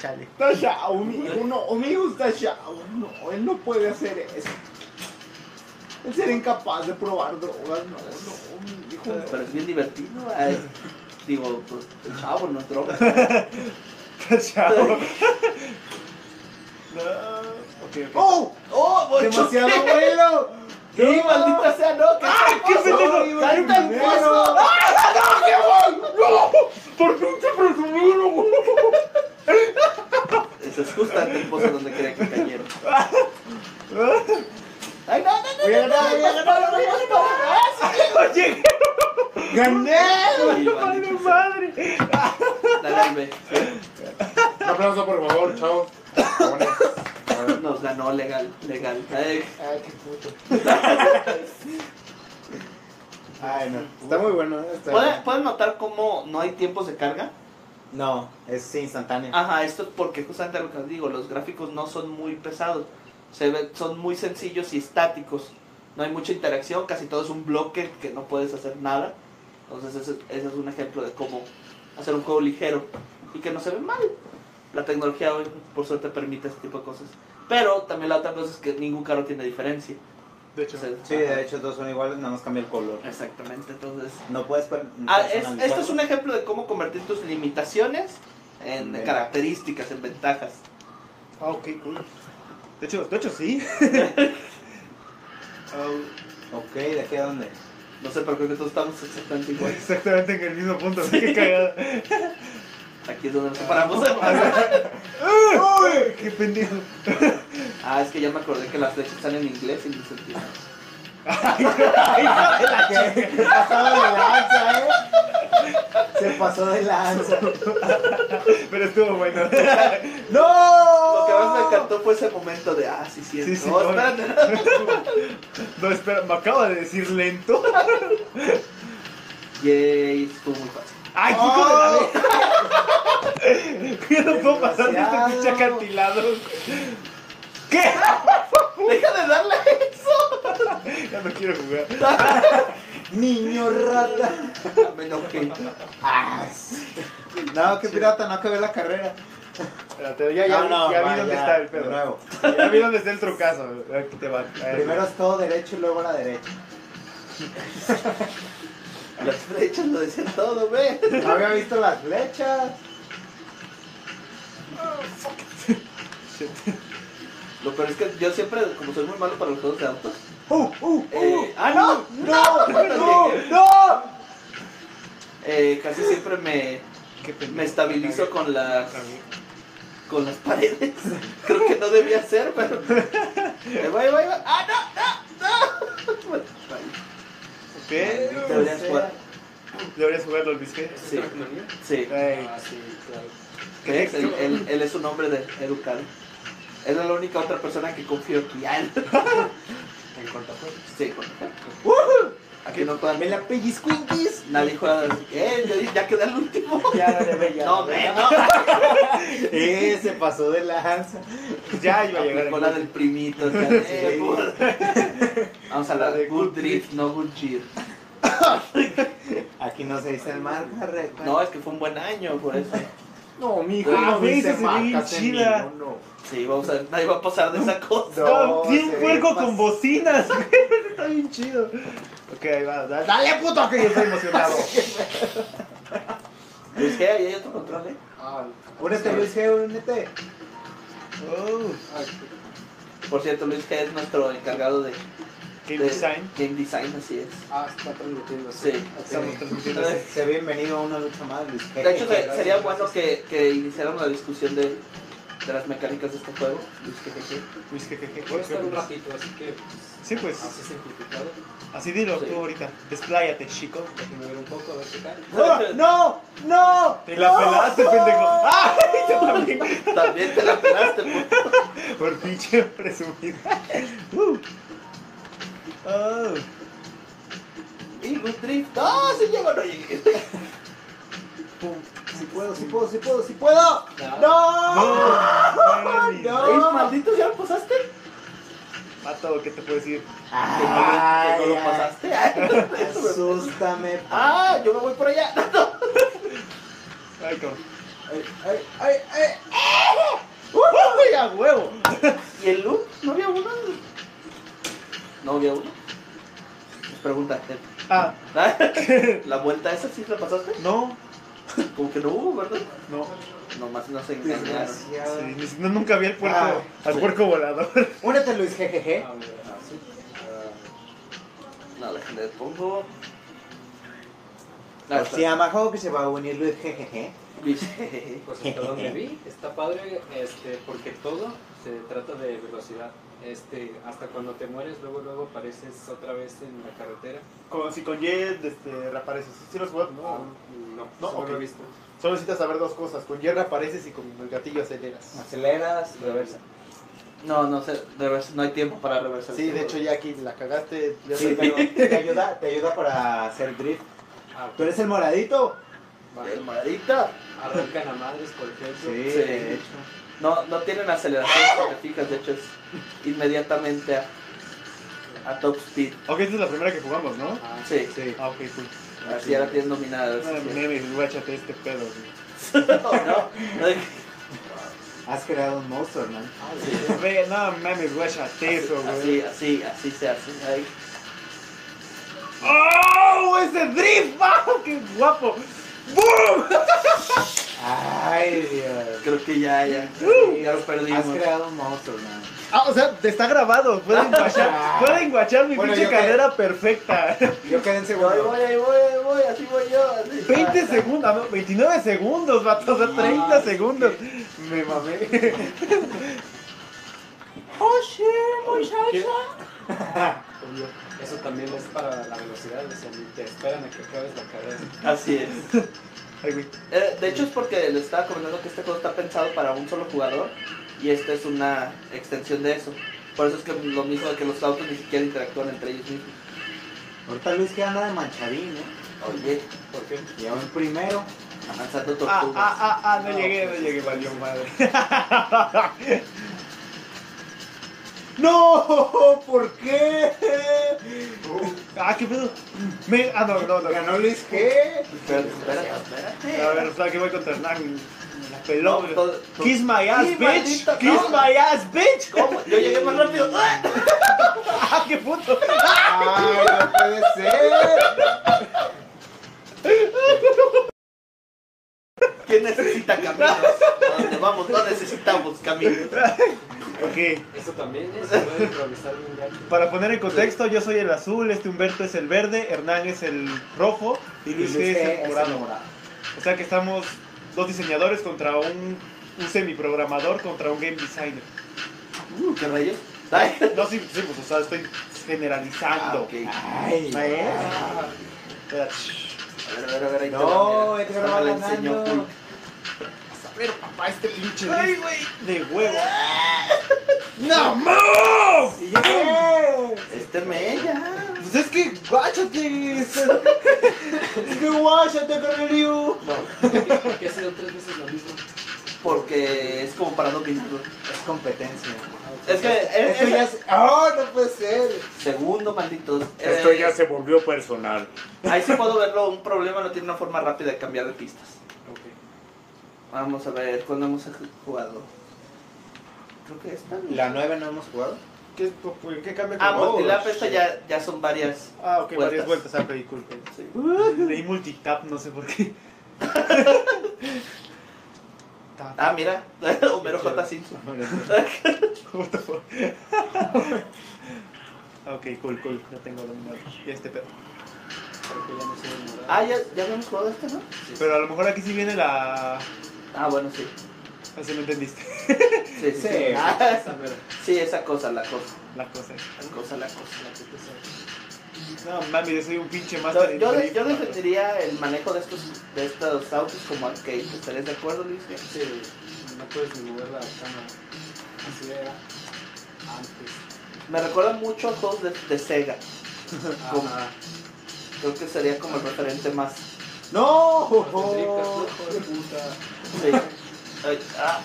Speaker 1: Chale.
Speaker 2: Está ya, uno, amigo está ya, uno, él no puede hacer eso. Él sería incapaz de probar drogas, no, no, mi hijo. no.
Speaker 3: Pero es bien divertido. ay. Digo, pues, el chavo no es droga.
Speaker 1: Chao. No. Ok, ok.
Speaker 2: ¡Oh!
Speaker 3: ¡Oh, voy
Speaker 4: ¡Demasiado vuelo!
Speaker 3: ¡Sí, maldita sea, no! ¡Que ¡Ah,
Speaker 1: qué pendejo!
Speaker 3: ¡Canta el pozo!
Speaker 1: ¡Por pinche presumido, güey!
Speaker 3: Eso es justo ante el pozo donde quería que cayera. ¡Ay, no, no, no!
Speaker 4: Voy a ganar, voy a ganar, voy a ganar.
Speaker 1: ¡No llegué!
Speaker 4: ¡Gané!
Speaker 3: Sí,
Speaker 1: ¡Vale
Speaker 3: maldita sea.
Speaker 1: madre!
Speaker 3: Dale, al B.
Speaker 2: Un aplauso, por favor, chao.
Speaker 3: Nos ganó legal, legal. Eh, Ay,
Speaker 2: Ay, qué puto. Ay, no. Está muy bueno. ¿eh? Está
Speaker 3: ¿Puedes,
Speaker 2: bueno.
Speaker 3: puedes notar cómo no hay tiempos de carga?
Speaker 4: No, es instantáneo.
Speaker 3: Ajá, esto es porque justamente lo que les digo, los gráficos no son muy pesados, se ve- son muy sencillos y estáticos, no hay mucha interacción, casi todo es un bloque que no puedes hacer nada, entonces ese, ese es un ejemplo de cómo hacer un juego ligero y que no se ve mal. La tecnología hoy, por suerte, permite ese tipo de cosas. Pero también la otra cosa es que ningún carro tiene diferencia.
Speaker 1: De hecho,
Speaker 3: O sea,
Speaker 4: Sí,
Speaker 3: ajá,
Speaker 4: de hecho todos son iguales, nada más cambia el color.
Speaker 3: Exactamente, entonces...
Speaker 4: No puedes per-
Speaker 3: Ah, es-
Speaker 4: personalizarlo.
Speaker 3: esto es un ejemplo de cómo convertir tus limitaciones en
Speaker 4: Venga.
Speaker 3: características, en ventajas.
Speaker 1: ah, ok, cool. De hecho, de hecho sí. Ah,
Speaker 4: Ok, ¿de aquí a dónde?
Speaker 3: No sé, pero creo que todos estamos exactamente igual.
Speaker 1: exactamente en el mismo punto, así que cagada.
Speaker 3: Aquí es donde nos separamos.
Speaker 1: ¡Uy! ¡Qué pendejo!
Speaker 3: Ah, es que ya me acordé que las flechas están en inglés y no se entiende.
Speaker 2: Se pasó de lanza, ¿eh? Se pasó de lanza.
Speaker 1: Pero estuvo bueno.
Speaker 2: ¡No!
Speaker 3: Lo que más me encantó fue ese momento de, ah, sí, sí,
Speaker 1: Sí, sí,
Speaker 3: no,
Speaker 1: no.
Speaker 3: espérate.
Speaker 1: No, espera, me acaba de decir lento.
Speaker 3: Yay, estuvo muy fácil.
Speaker 1: ¡Ay, hijo
Speaker 4: Ah,
Speaker 1: de la [laughs] Yo no puedo pasar de estos pinche
Speaker 2: Desgraciado.
Speaker 1: acantilados. ¿Qué?
Speaker 3: ¡Deja de darle eso!
Speaker 1: [laughs] Ya no quiero jugar.
Speaker 2: Niño rata.
Speaker 3: Me enojé.
Speaker 2: Ah,
Speaker 4: No, qué pirata, no acabé la carrera.
Speaker 1: Espérate, ya, ya,
Speaker 4: no, no,
Speaker 1: ya
Speaker 4: va,
Speaker 1: vi dónde
Speaker 4: ya,
Speaker 1: está el
Speaker 4: de
Speaker 1: pedo.
Speaker 4: nuevo.
Speaker 1: Ya vi dónde está el trucazo. Aquí te va.
Speaker 4: Primero es todo derecho y luego la derecha.
Speaker 3: Las flechas lo decían todo, ve.
Speaker 4: No había visto las flechas.
Speaker 3: Lo peor es que yo siempre, como soy muy malo para los juegos de autos,
Speaker 2: ¡Uh, uh,
Speaker 3: eh, ¡ah, no!
Speaker 2: ¡No! ¡No! ¡No!
Speaker 3: Eh, casi siempre me,
Speaker 1: Qué pendejo.
Speaker 3: me estabilizo con las
Speaker 1: También.
Speaker 3: con las paredes. [laughs] Creo que no debía ser, pero. Ahí va, ahí va, ahí va. ¡Ah, no! ¡No! ¡No!
Speaker 1: Ok.
Speaker 3: Deberías jugar.
Speaker 1: Deberías jugarlo, Luis. ¿Qué?
Speaker 3: Sí, sí.
Speaker 1: Ay,
Speaker 3: ¿Qué es? Él, él- él es un hombre de, educado. Él es la única otra persona que confío aquí. [laughs] Ah, él-
Speaker 2: En cortafuegos.
Speaker 3: Sí, bueno. Aquí no juegan.
Speaker 2: Me la pellizquinquis.
Speaker 3: Nadie juega. así. Eh, ya- ya quedé el último.
Speaker 2: [laughs] Ya, dale, ya.
Speaker 3: No, me, no.
Speaker 4: Eh, se pasó de lanza.
Speaker 1: ya iba a llegar.
Speaker 3: Aplicó la del primito. o sea, eh, por- Vamos a la de Good Drift, no Good Cheer.
Speaker 4: Aquí no se dice el marca, recta.
Speaker 3: No, es que fue un buen año, por [laughs] eso.
Speaker 2: No, mijo.
Speaker 3: Ah,
Speaker 2: no me
Speaker 1: güey,
Speaker 2: hice
Speaker 1: esa se ve bien
Speaker 2: marcas en
Speaker 1: chida.
Speaker 2: mí, No, no.
Speaker 3: Sí, vamos a, nadie va a pasar de esa cosa.
Speaker 1: No,
Speaker 2: No, pues.
Speaker 1: tiene
Speaker 2: se
Speaker 1: un puerco
Speaker 2: pas-
Speaker 1: con bocinas. [laughs] Está bien chido. Ok, ahí va. da- Dale, puto, que yo estoy emocionado.
Speaker 3: Es que ahí hay otro control, ¿eh?
Speaker 2: Ah,
Speaker 4: Únete, Luis G, únete.
Speaker 1: Oh,
Speaker 3: Por cierto, Luis, que es nuestro encargado de, de
Speaker 1: game design.
Speaker 3: game design, así es.
Speaker 2: ah, está transmitiendo.
Speaker 3: Sí.
Speaker 1: Estamos transmitiendo.
Speaker 3: Entonces,
Speaker 4: Se bienvenido a una lucha más, Luis G.
Speaker 3: De hecho, se- sería bueno que, que iniciaran la discusión de, de las mecánicas de este juego. Luis, que, que, que.
Speaker 1: Luis, ¿qué, qué, qué?
Speaker 5: Voy a estar un ratito, así que pues,
Speaker 1: Sí, pues.
Speaker 5: así simplificado.
Speaker 1: Así dilo
Speaker 3: Sí.
Speaker 1: tú ahorita. Despláyate, chico.
Speaker 5: Déjenme ver un poco, a ver qué
Speaker 2: ¡No!
Speaker 5: tal.
Speaker 2: ¡No! ¡No!
Speaker 1: Te la pelaste, pendejo. ¡Ah! Yo también.
Speaker 3: [laughs] También te la pelaste, pues. por-
Speaker 1: Por pinche [laughs] presumido. Uh. Oh.
Speaker 3: Y Good Drift. ¡No! Si llego, no llegué.
Speaker 2: Si puedo, si puedo, si puedo, si puedo. ¡No!
Speaker 1: No, no, ni-
Speaker 2: No.
Speaker 3: ¡Ey, maldito, ya lo pasaste!
Speaker 1: Pato, ¿qué te puedo decir?
Speaker 3: Que no, lo- que no lo
Speaker 4: Ay,
Speaker 3: pasaste. Ay, [laughs] eso me-
Speaker 4: asústame.
Speaker 3: ¡Ah! Yo me voy por allá.
Speaker 1: Ay, cabrón.
Speaker 2: ¡Ay, ay, ay! ay.
Speaker 1: ¡Uy, a huevo!
Speaker 3: ¿Y el loot? ¿No había uno? ¿No había uno? Pues pregúntate.
Speaker 1: Ah,
Speaker 3: [laughs] ¿La vuelta esa sí la pasaste?
Speaker 1: no.
Speaker 3: Como que no hubo, ¿verdad?
Speaker 1: No.
Speaker 3: Nomás nos engañaron.
Speaker 4: Desgraciado.
Speaker 1: Sí, ni- no, nunca vi al puerco,
Speaker 4: Ah,
Speaker 1: al
Speaker 3: sí.
Speaker 1: puerco volador. [laughs]
Speaker 4: Únete, Luis G, jeje.
Speaker 5: Ah, mira, así. Ah,
Speaker 3: No, déjenme le pongo. Ah, [laughs]
Speaker 4: Se llama juego que se va a unir Luis G, jeje.
Speaker 3: Luis, jejeje.
Speaker 5: pues hasta donde vi, está padre este, porque todo se trata de velocidad. Este, hasta cuando te mueres, luego luego apareces otra vez en la carretera.
Speaker 1: Como si con Jet este, reapareces. ¿Sí los juegas?
Speaker 5: Ah, no,
Speaker 1: No,
Speaker 5: solo
Speaker 1: ok.
Speaker 5: lo he visto.
Speaker 1: Ah, Solo necesitas saber dos cosas. Con Jet reapareces y con el gatillo aceleras.
Speaker 4: Aceleras, reversa.
Speaker 3: No, no sé, reversa- no hay tiempo para reversar.
Speaker 7: Sí, de hecho, ya aquí la cagaste. Ya
Speaker 3: Sí.
Speaker 7: sí.
Speaker 3: pero
Speaker 7: te, ayuda, te ayuda para hacer drift.
Speaker 5: Ah,
Speaker 7: ¿Tú eres el moradito?
Speaker 5: va.
Speaker 7: El moradita.
Speaker 5: Arrancan a madres, por ejemplo.
Speaker 7: Sí.
Speaker 3: Sí, de hecho. No, no tienen aceleración, si te fijas, de hecho es inmediatamente a, a top speed.
Speaker 1: Ok, esta es la primera que jugamos, ¿no?
Speaker 5: Ah,
Speaker 3: Sí,
Speaker 7: Sí.
Speaker 1: Ah, ok, cool.
Speaker 3: así ya la tienes nominada.
Speaker 1: No,
Speaker 3: así que-
Speaker 1: meme, guáchate este pedo. güey.
Speaker 3: [laughs] No, no,
Speaker 7: Has creado un monstruo, hermano.
Speaker 1: Güey, No mames, guáchate eso,
Speaker 3: así,
Speaker 1: güey.
Speaker 3: así, así se hace. Ahí.
Speaker 1: ¡Oh! ¡Ese drift! [laughs] ¡Wow! ¡Qué guapo! ¡Boom!
Speaker 7: Ay, Dios.
Speaker 3: Creo que ya, ya, ya lo perdimos.
Speaker 7: Has creado un monstruo, hermano.
Speaker 1: Ah, o sea, te está grabado. Pueden [laughs] guachar, pueden guachar mi
Speaker 7: Bueno,
Speaker 1: pinche
Speaker 7: yo que-
Speaker 1: carrera [laughs] perfecta.
Speaker 7: Yo quedé en
Speaker 3: No, ahí
Speaker 7: segundo.
Speaker 3: voy, ahí voy, ahí voy, así voy yo. así.
Speaker 1: 20 segundos, ah, no, 29 segundos, vato, o sea, 30 segundos. Me mamé.
Speaker 5: Eso también es para la velocidad, o sea, ni te esperan a que acabes la carrera.
Speaker 3: Así es.
Speaker 1: Ay, güey.
Speaker 3: Eh, de hecho es porque les estaba comentando que este juego está pensado para un solo jugador y esta es una extensión de eso. Por eso es que lo mismo de que los autos ni siquiera interactúan entre ellos mismos.
Speaker 7: Ahorita Luis que anda de manchadín, ¿eh?
Speaker 3: Oye,
Speaker 5: ¿Por qué?
Speaker 7: Lleva en primero.
Speaker 3: avanzando
Speaker 1: Ah,
Speaker 3: tortugas.
Speaker 1: ah, ah, ah, no llegué, no llegué, valió madre.
Speaker 7: ¡No! ¿Por qué?
Speaker 1: Ah, qué pedo. Me, ah, no, no, no. A
Speaker 7: ¿Ganó Luis qué?
Speaker 3: Espérate, espérate, espérate.
Speaker 1: ver, o sea, que voy contra Hernán. Me la peló.
Speaker 3: No,
Speaker 1: güey.
Speaker 3: todo- todo-
Speaker 1: Kiss my ass,
Speaker 3: Sí,
Speaker 1: bitch.
Speaker 3: maldita,
Speaker 1: Kiss
Speaker 3: no.
Speaker 1: my ass, bitch.
Speaker 3: ¿Cómo? Yo llegué más rápido. ¡Ah!
Speaker 1: [laughs] Ah, qué puto.
Speaker 7: ¡Ay, no puede ser!
Speaker 3: ¿Quién necesita caminos? ¿A dónde vamos? No necesitamos [laughs] caminos.
Speaker 1: Ok,
Speaker 5: Eso también es, se puede improvisar un gato.
Speaker 1: para poner en contexto, yo soy el azul, este Humberto es el verde, Hernán es el rojo y Luis,
Speaker 7: Luis
Speaker 1: es
Speaker 7: qué?
Speaker 1: el morado. O sea que estamos dos diseñadores contra un, un semiprogramador contra un game designer.
Speaker 3: Uh, ¿Qué rayos? Ay.
Speaker 1: No, sí, sí, pues, o sea, estoy
Speaker 3: Ah,
Speaker 1: generalizando.
Speaker 3: ok. A
Speaker 7: ¡Ay!
Speaker 1: ¿Ves?
Speaker 3: ver,
Speaker 1: Espera,
Speaker 3: a ver, a ver. ahí te
Speaker 7: No,
Speaker 3: va, mira.
Speaker 7: Edgar
Speaker 3: Hasta
Speaker 7: va
Speaker 3: me la enseñó
Speaker 7: ganando.
Speaker 3: Hulk.
Speaker 1: A ver, papá, este pinche
Speaker 3: Ay,
Speaker 1: disco
Speaker 3: güey.
Speaker 1: de huevo.
Speaker 7: ¡Sí llegué!
Speaker 3: Este me ya.
Speaker 1: Pues es que, guáchate.
Speaker 7: ¡Es que guáchate, Cornelio!
Speaker 5: ¿Por qué ha sido tres veces lo mismo?
Speaker 3: Porque es como para no pintarlo.
Speaker 7: Es competencia.
Speaker 3: Es que es,
Speaker 7: Esto ya
Speaker 3: es-
Speaker 7: es... ¡Oh, no puede ser!
Speaker 3: segundo malditos.
Speaker 8: Esto
Speaker 3: Eh,
Speaker 8: ya se volvió personal.
Speaker 3: Ahí sí puedo verlo, un problema no tiene una forma rápida de cambiar de pistas. Vamos a ver, ¿cuándo hemos jugado? Creo que esta.
Speaker 7: ¿La 9 no hemos jugado?
Speaker 1: ¿Qué,
Speaker 7: pues,
Speaker 1: por qué cambia
Speaker 3: Ah,
Speaker 2: Oh,
Speaker 1: color?
Speaker 3: multilap, esta ya, ya son varias.
Speaker 1: Ah, ok, varias
Speaker 3: Vueltas.
Speaker 1: vueltas, ah, disculpe.
Speaker 3: Sí.
Speaker 1: Leí multitap, no sé por qué. Tap.
Speaker 3: Ah, mira, [laughs] Homero J. Simpson.
Speaker 1: What the fuck? ok, cool, cool. Ya tengo dominado. Y este pedo.
Speaker 5: Porque ya no soy enamorado.
Speaker 3: Ah, ya, ya habíamos jugado esta, ¿no?
Speaker 1: Pero a lo mejor aquí sí viene la.
Speaker 3: Ah, bueno, sí.
Speaker 1: Así no entendiste.
Speaker 3: Sí, sí.
Speaker 7: Sí.
Speaker 3: Ah,
Speaker 5: Esa mera,
Speaker 3: sí, esa cosa, la cosa.
Speaker 1: La cosa es.
Speaker 3: La cosa, la cosa.
Speaker 5: la que tú sabes.
Speaker 1: No mami, yo soy un pinche
Speaker 3: Yo,
Speaker 1: master. en
Speaker 3: yo, de-
Speaker 1: drift,
Speaker 3: yo
Speaker 1: vato.
Speaker 3: defendería el manejo de estos, de estos autos como arcade. ¿Estarías de acuerdo, Luis?
Speaker 5: Sí, no puedes ni mover la cámara. Así era antes.
Speaker 3: Me recuerda mucho a juegos de, de Sega. Como-
Speaker 5: Ajá.
Speaker 3: creo que sería como el referente más.
Speaker 7: ¡No!
Speaker 5: Los driftas, hijo de puta.
Speaker 3: Sí. Ay, ah.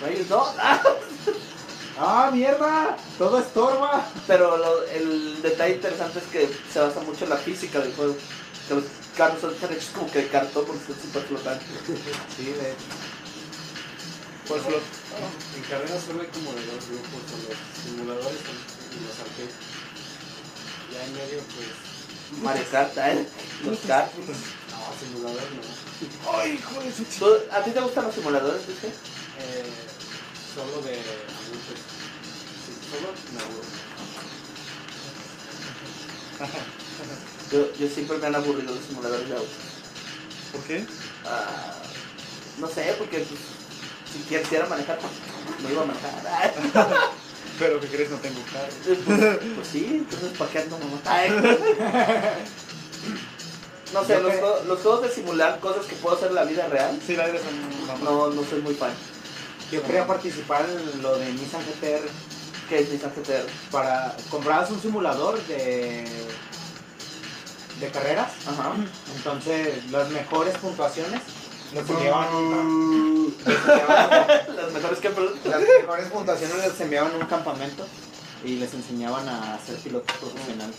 Speaker 3: Rayos, no. Ah.
Speaker 7: ¡Ah, mierda! ¡Todo estorba!
Speaker 3: Pero lo- el detalle interesante es que se basa mucho en la física del juego. Que los carros son están hechos como que de cartón porque son súper flotantes.
Speaker 7: Sí, de
Speaker 1: Por favor.
Speaker 5: En carrera solo hay como de dos grupos, o los simuladores y los arcades. Ya en medio, pues,
Speaker 3: Mario Kart, ¿eh? Los carros.
Speaker 5: no, simulador no.
Speaker 1: ¡Ay, hijo de su ch...
Speaker 3: ¿Tú- Pues, ¿A ti te gustan los simuladores, dije?
Speaker 5: Eh, solo de adultos. Sí, solo me aburro.
Speaker 3: Yo, yo siempre me han aburrido los simuladores de auto.
Speaker 1: ¿Por qué?
Speaker 3: Ah, no sé, porque pues, si quisiera manejar, pues, no iba a manejar. [laughs] Ah.
Speaker 1: Pero que crees no tengo carro.
Speaker 3: Pues, pues sí, entonces ¿para qué ando mamá? Ay, No sé,
Speaker 7: Yo
Speaker 3: los,
Speaker 7: que-
Speaker 3: juegos- los juegos de simular cosas que puedo hacer en la vida real,
Speaker 1: Sí, la vida es un mamá.
Speaker 3: no, no soy muy fan.
Speaker 7: Yo quería participar en lo de Nissan GTR.
Speaker 3: ¿Qué es Nissan GTR?
Speaker 7: Para, comprabas un simulador de, de carreras.
Speaker 3: Ajá. [laughs]
Speaker 7: Entonces, las mejores puntuaciones los enviaban
Speaker 2: Uh,
Speaker 3: Las mejores que
Speaker 7: Las mejores puntuaciones les enviaban a un campamento y les enseñaban a ser pilotos profesionales.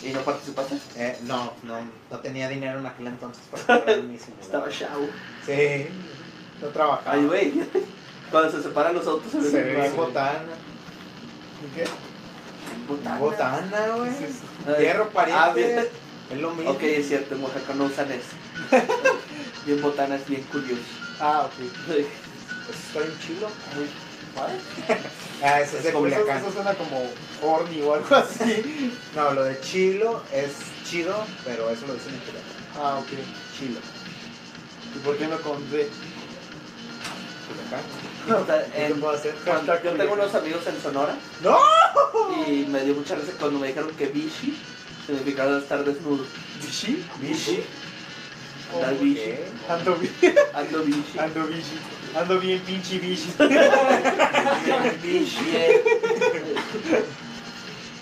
Speaker 3: ¿Y no participaste?
Speaker 7: Eh, no, no, no tenía dinero en aquel entonces para comprar mi
Speaker 3: [laughs] Estaba
Speaker 7: simulador.
Speaker 3: chavo.
Speaker 7: Sí, no trabajaba.
Speaker 3: Ay, güey. [laughs] Cuando se separan los autos, se
Speaker 7: Se ve
Speaker 3: ve
Speaker 7: botana. ¿Qué?
Speaker 3: Botana.
Speaker 7: Botana, güey.
Speaker 3: Ay.
Speaker 7: Hierro pariente.
Speaker 3: Ah, bien.
Speaker 7: Es lo mismo.
Speaker 3: Ok, es cierto, en Oaxaca no usan eso. Bien botanas, bien curioso.
Speaker 7: Ah, ok.
Speaker 1: Pues,
Speaker 7: Está bien chido. Muy padre. Ah, eso es de
Speaker 1: Eso,
Speaker 7: Culiacán.
Speaker 1: eso suena como horny o algo así. [laughs]
Speaker 7: No, lo de chilo es chido, pero eso lo dicen en Culiacán.
Speaker 1: Ah, ok.
Speaker 7: Chilo.
Speaker 1: ¿Y por qué no con D?
Speaker 7: Culiacán.
Speaker 3: O sea,
Speaker 7: ¿Qué
Speaker 3: en-
Speaker 7: puedo hacer?
Speaker 3: cuando- yo tengo unos amigos en Sonora.
Speaker 7: ¡No!
Speaker 3: Y me dio mucha risa cuando me dijeron que bishi significaba estar desnudo.
Speaker 1: Bishi.
Speaker 3: ¿Bishi? Andar
Speaker 1: Ok.
Speaker 3: bishi.
Speaker 1: Ando bien.
Speaker 3: Ando bishi.
Speaker 1: Ando bishi. Ando bien pinche bishi.
Speaker 3: Bishi. eh.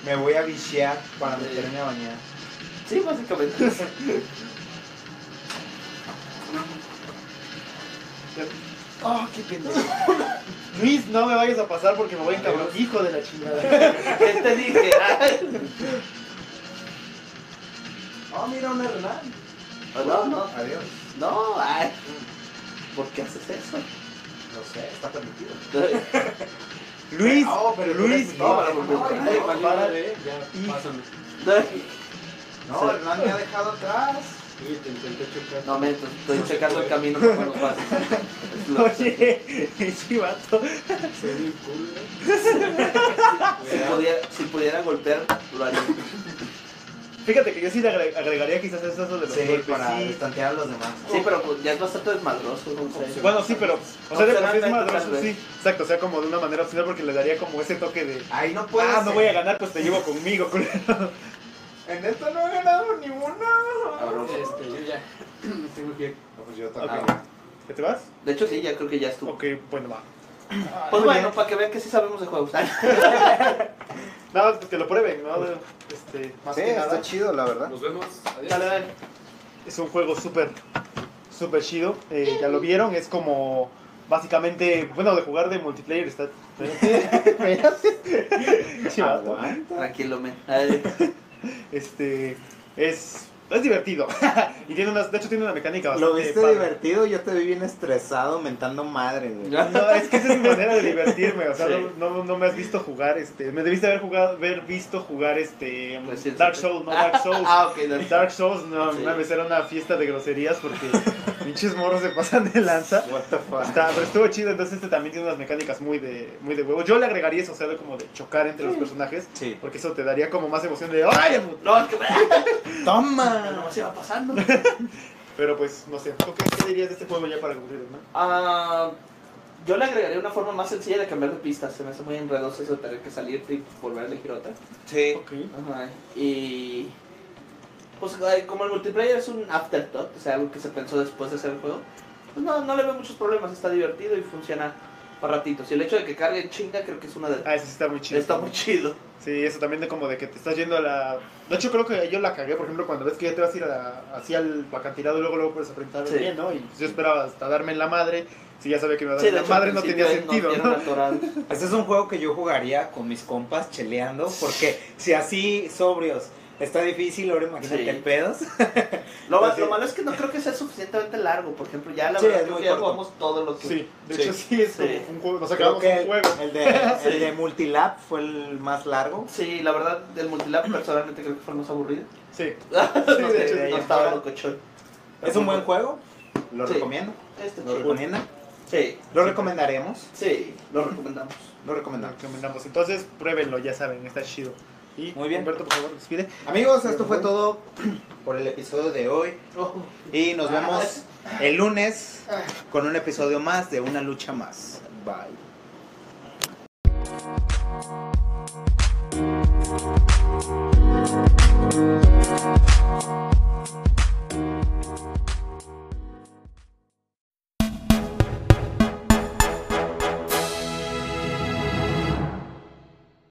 Speaker 7: Me voy a bichear para meterme a bañar.
Speaker 3: Sí, básicamente. [laughs]
Speaker 1: Oh, qué pendejo. Luis, no me vayas a pasar porque me voy a encabronar. Hijo de la chingada.
Speaker 3: ¿Qué te dije?
Speaker 7: Oh, mira un Hernán.
Speaker 3: Ah, No, no,
Speaker 7: Adiós.
Speaker 3: no. ay. ¿Por qué haces eso?
Speaker 7: No sé, está permitido.
Speaker 4: Luis,
Speaker 7: Oh, pero
Speaker 4: Luis,
Speaker 7: tú eres-
Speaker 3: no,
Speaker 7: No,
Speaker 3: para porque-
Speaker 7: no,
Speaker 5: Ay, vale, ya, pásame.
Speaker 7: no, Hernán me ha dejado atrás.
Speaker 5: Y te intenté chocar.
Speaker 3: No, me estoy checando el camino para cuando pases. Es lo-
Speaker 4: Oye, ese vato.
Speaker 5: Se ve cool, ¿eh?
Speaker 3: Si pudiera, si pudiera golpear, lo haría.
Speaker 1: Fíjate que yo sí le agre- agregaría quizás eso de los
Speaker 7: Sí,
Speaker 1: golpes.
Speaker 7: para
Speaker 1: sí.
Speaker 7: estantear a los demás.
Speaker 3: Sí, pero pues, ya es bastante desmadroso. no sé.
Speaker 1: Bueno, sí, pero. O sea, de por sí es madroso,
Speaker 3: Observante,
Speaker 1: sí. Exacto, o sea, como de una manera opcional porque le daría como ese toque de.
Speaker 7: Ahí no puedes.
Speaker 1: Ah, no voy a ganar, pues te llevo [laughs] conmigo, culero.
Speaker 7: En esto no he ganado ni una.
Speaker 3: Cabrón.
Speaker 5: Este, yo [clears throat] ya tengo que
Speaker 7: No, pues yo
Speaker 1: Ok.
Speaker 7: tocaba.
Speaker 1: ¿Ya te vas?
Speaker 3: De hecho, sí, ya creo que ya estuvo.
Speaker 1: Ok, bueno, va.
Speaker 3: Pues bueno, para que vean que sí sabemos de juegos. Ah,
Speaker 1: Nada más pues que lo prueben, ¿no? Este, más
Speaker 7: Sí,
Speaker 1: que nada.
Speaker 7: está chido, la verdad.
Speaker 5: nos vemos. Adiós.
Speaker 3: Dale, dale.
Speaker 1: Es un juego súper, súper chido. Eh, ya lo vieron, es como. Básicamente, bueno, de jugar de
Speaker 3: [laughs]
Speaker 1: multiplayer está.
Speaker 3: Ah,
Speaker 1: Chivato.
Speaker 3: Tranquilo, men. Ah, Dale.
Speaker 1: Este. Es. Es divertido. [laughs] y tiene unas. De hecho, tiene una mecánica bastante.
Speaker 7: Lo viste
Speaker 1: padre.
Speaker 7: divertido, yo te vi bien estresado, mentando madre, güey.
Speaker 1: No, es que esa es mi manera de divertirme, o sea,
Speaker 3: Sí.
Speaker 1: no, no, no me has visto jugar, este, me debiste haber jugado, haber visto jugar, este,
Speaker 3: Resident
Speaker 1: Dark
Speaker 3: Evil.
Speaker 1: Souls,
Speaker 3: [laughs]
Speaker 1: no Dark Souls,
Speaker 3: Ah, ok, dale.
Speaker 1: Dark Souls, no,
Speaker 3: Sí.
Speaker 1: mames, era una fiesta de groserías
Speaker 3: [laughs]
Speaker 1: porque pinches morros se pasan de lanza.
Speaker 7: What the fuck.
Speaker 1: Está, pero estuvo chido, entonces este también tiene unas mecánicas muy de, muy de huevo. Yo le agregaría eso, o sea, de como de chocar entre los personajes,
Speaker 7: Sí.
Speaker 1: porque eso te daría como más emoción de ¡Ay!
Speaker 3: No, es que
Speaker 7: ¡Toma!
Speaker 3: no se va pasando.
Speaker 1: Pero pues, no sé, ¿tú qué, qué dirías de este juego ya para concluir, no?
Speaker 3: Ah, yo le agregaría una forma más sencilla de cambiar de pista. Se me hace muy enredoso eso de tener que salirte y volver a elegir otra.
Speaker 4: Sí.
Speaker 1: Ok.
Speaker 3: Ajá. Y. Pues eh, como el multiplayer es un afterthought, o sea, algo que se pensó después de hacer el juego, pues no, no le veo muchos problemas. Está divertido y funciona para ratitos. Y el hecho de que cargue en chinga, creo que es una de.
Speaker 1: Ah, ese sí está muy chido.
Speaker 3: Está muy chido.
Speaker 1: Sí, eso también de como de que te estás yendo a la... De hecho, creo que yo la cagué, por ejemplo, cuando ves que ya te vas a ir a- hacia el acantilado y luego luego puedes enfrentar
Speaker 3: Sí.
Speaker 1: bien, ¿no? Y pues yo esperaba hasta darme en la madre, si ya sabía que me iba a dar
Speaker 3: Sí,
Speaker 1: en
Speaker 3: de
Speaker 1: la
Speaker 3: hecho,
Speaker 1: madre
Speaker 3: al
Speaker 1: no
Speaker 3: principio
Speaker 1: tenía sentido,
Speaker 3: nos
Speaker 1: ¿no?
Speaker 3: dieron atorados.
Speaker 4: Este es un juego que yo jugaría con mis compas cheleando, porque si así sobrios está difícil, ahora imagínate
Speaker 3: Sí.
Speaker 4: en pedos.
Speaker 3: Lo,
Speaker 4: Pues
Speaker 3: ma-
Speaker 4: sí.
Speaker 3: lo malo es que no creo que sea suficientemente largo. Por ejemplo, ya la
Speaker 4: Sí,
Speaker 3: verdad
Speaker 4: es
Speaker 3: creo
Speaker 4: muy
Speaker 3: que ya
Speaker 4: corto.
Speaker 3: jugamos todo lo que.
Speaker 1: Sí, de
Speaker 4: Sí.
Speaker 1: hecho sí es como
Speaker 3: Sí.
Speaker 1: un juego, nos
Speaker 7: Creo
Speaker 1: acabamos
Speaker 7: que
Speaker 1: un
Speaker 7: el,
Speaker 1: juego.
Speaker 7: el de, el de Multilab fue el más largo.
Speaker 3: Sí, la verdad, del multilab personalmente creo que fue el más aburrido. [laughs]
Speaker 1: Sí,
Speaker 3: no, sé,
Speaker 1: de hecho,
Speaker 3: no
Speaker 1: de ahí
Speaker 3: estaba
Speaker 1: afuera.
Speaker 3: locochón.
Speaker 7: Es un buen juego. Lo
Speaker 3: Sí.
Speaker 7: recomiendo.
Speaker 3: Este
Speaker 7: Lo
Speaker 3: chido.
Speaker 7: recomienda.
Speaker 3: Sí,
Speaker 7: Lo recomendaremos.
Speaker 3: sí, lo recomendamos.
Speaker 7: Lo
Speaker 1: lo
Speaker 7: recomendamos.
Speaker 1: recomendamos. Entonces, pruébenlo, ya saben, está chido. Y
Speaker 4: Muy bien.
Speaker 1: Humberto, por favor, despide.
Speaker 7: Amigos, esto fue todo [clears throat] por el episodio de hoy.
Speaker 1: Oh.
Speaker 4: Y nos vemos el lunes con un episodio más de Una Lucha Más. Bye.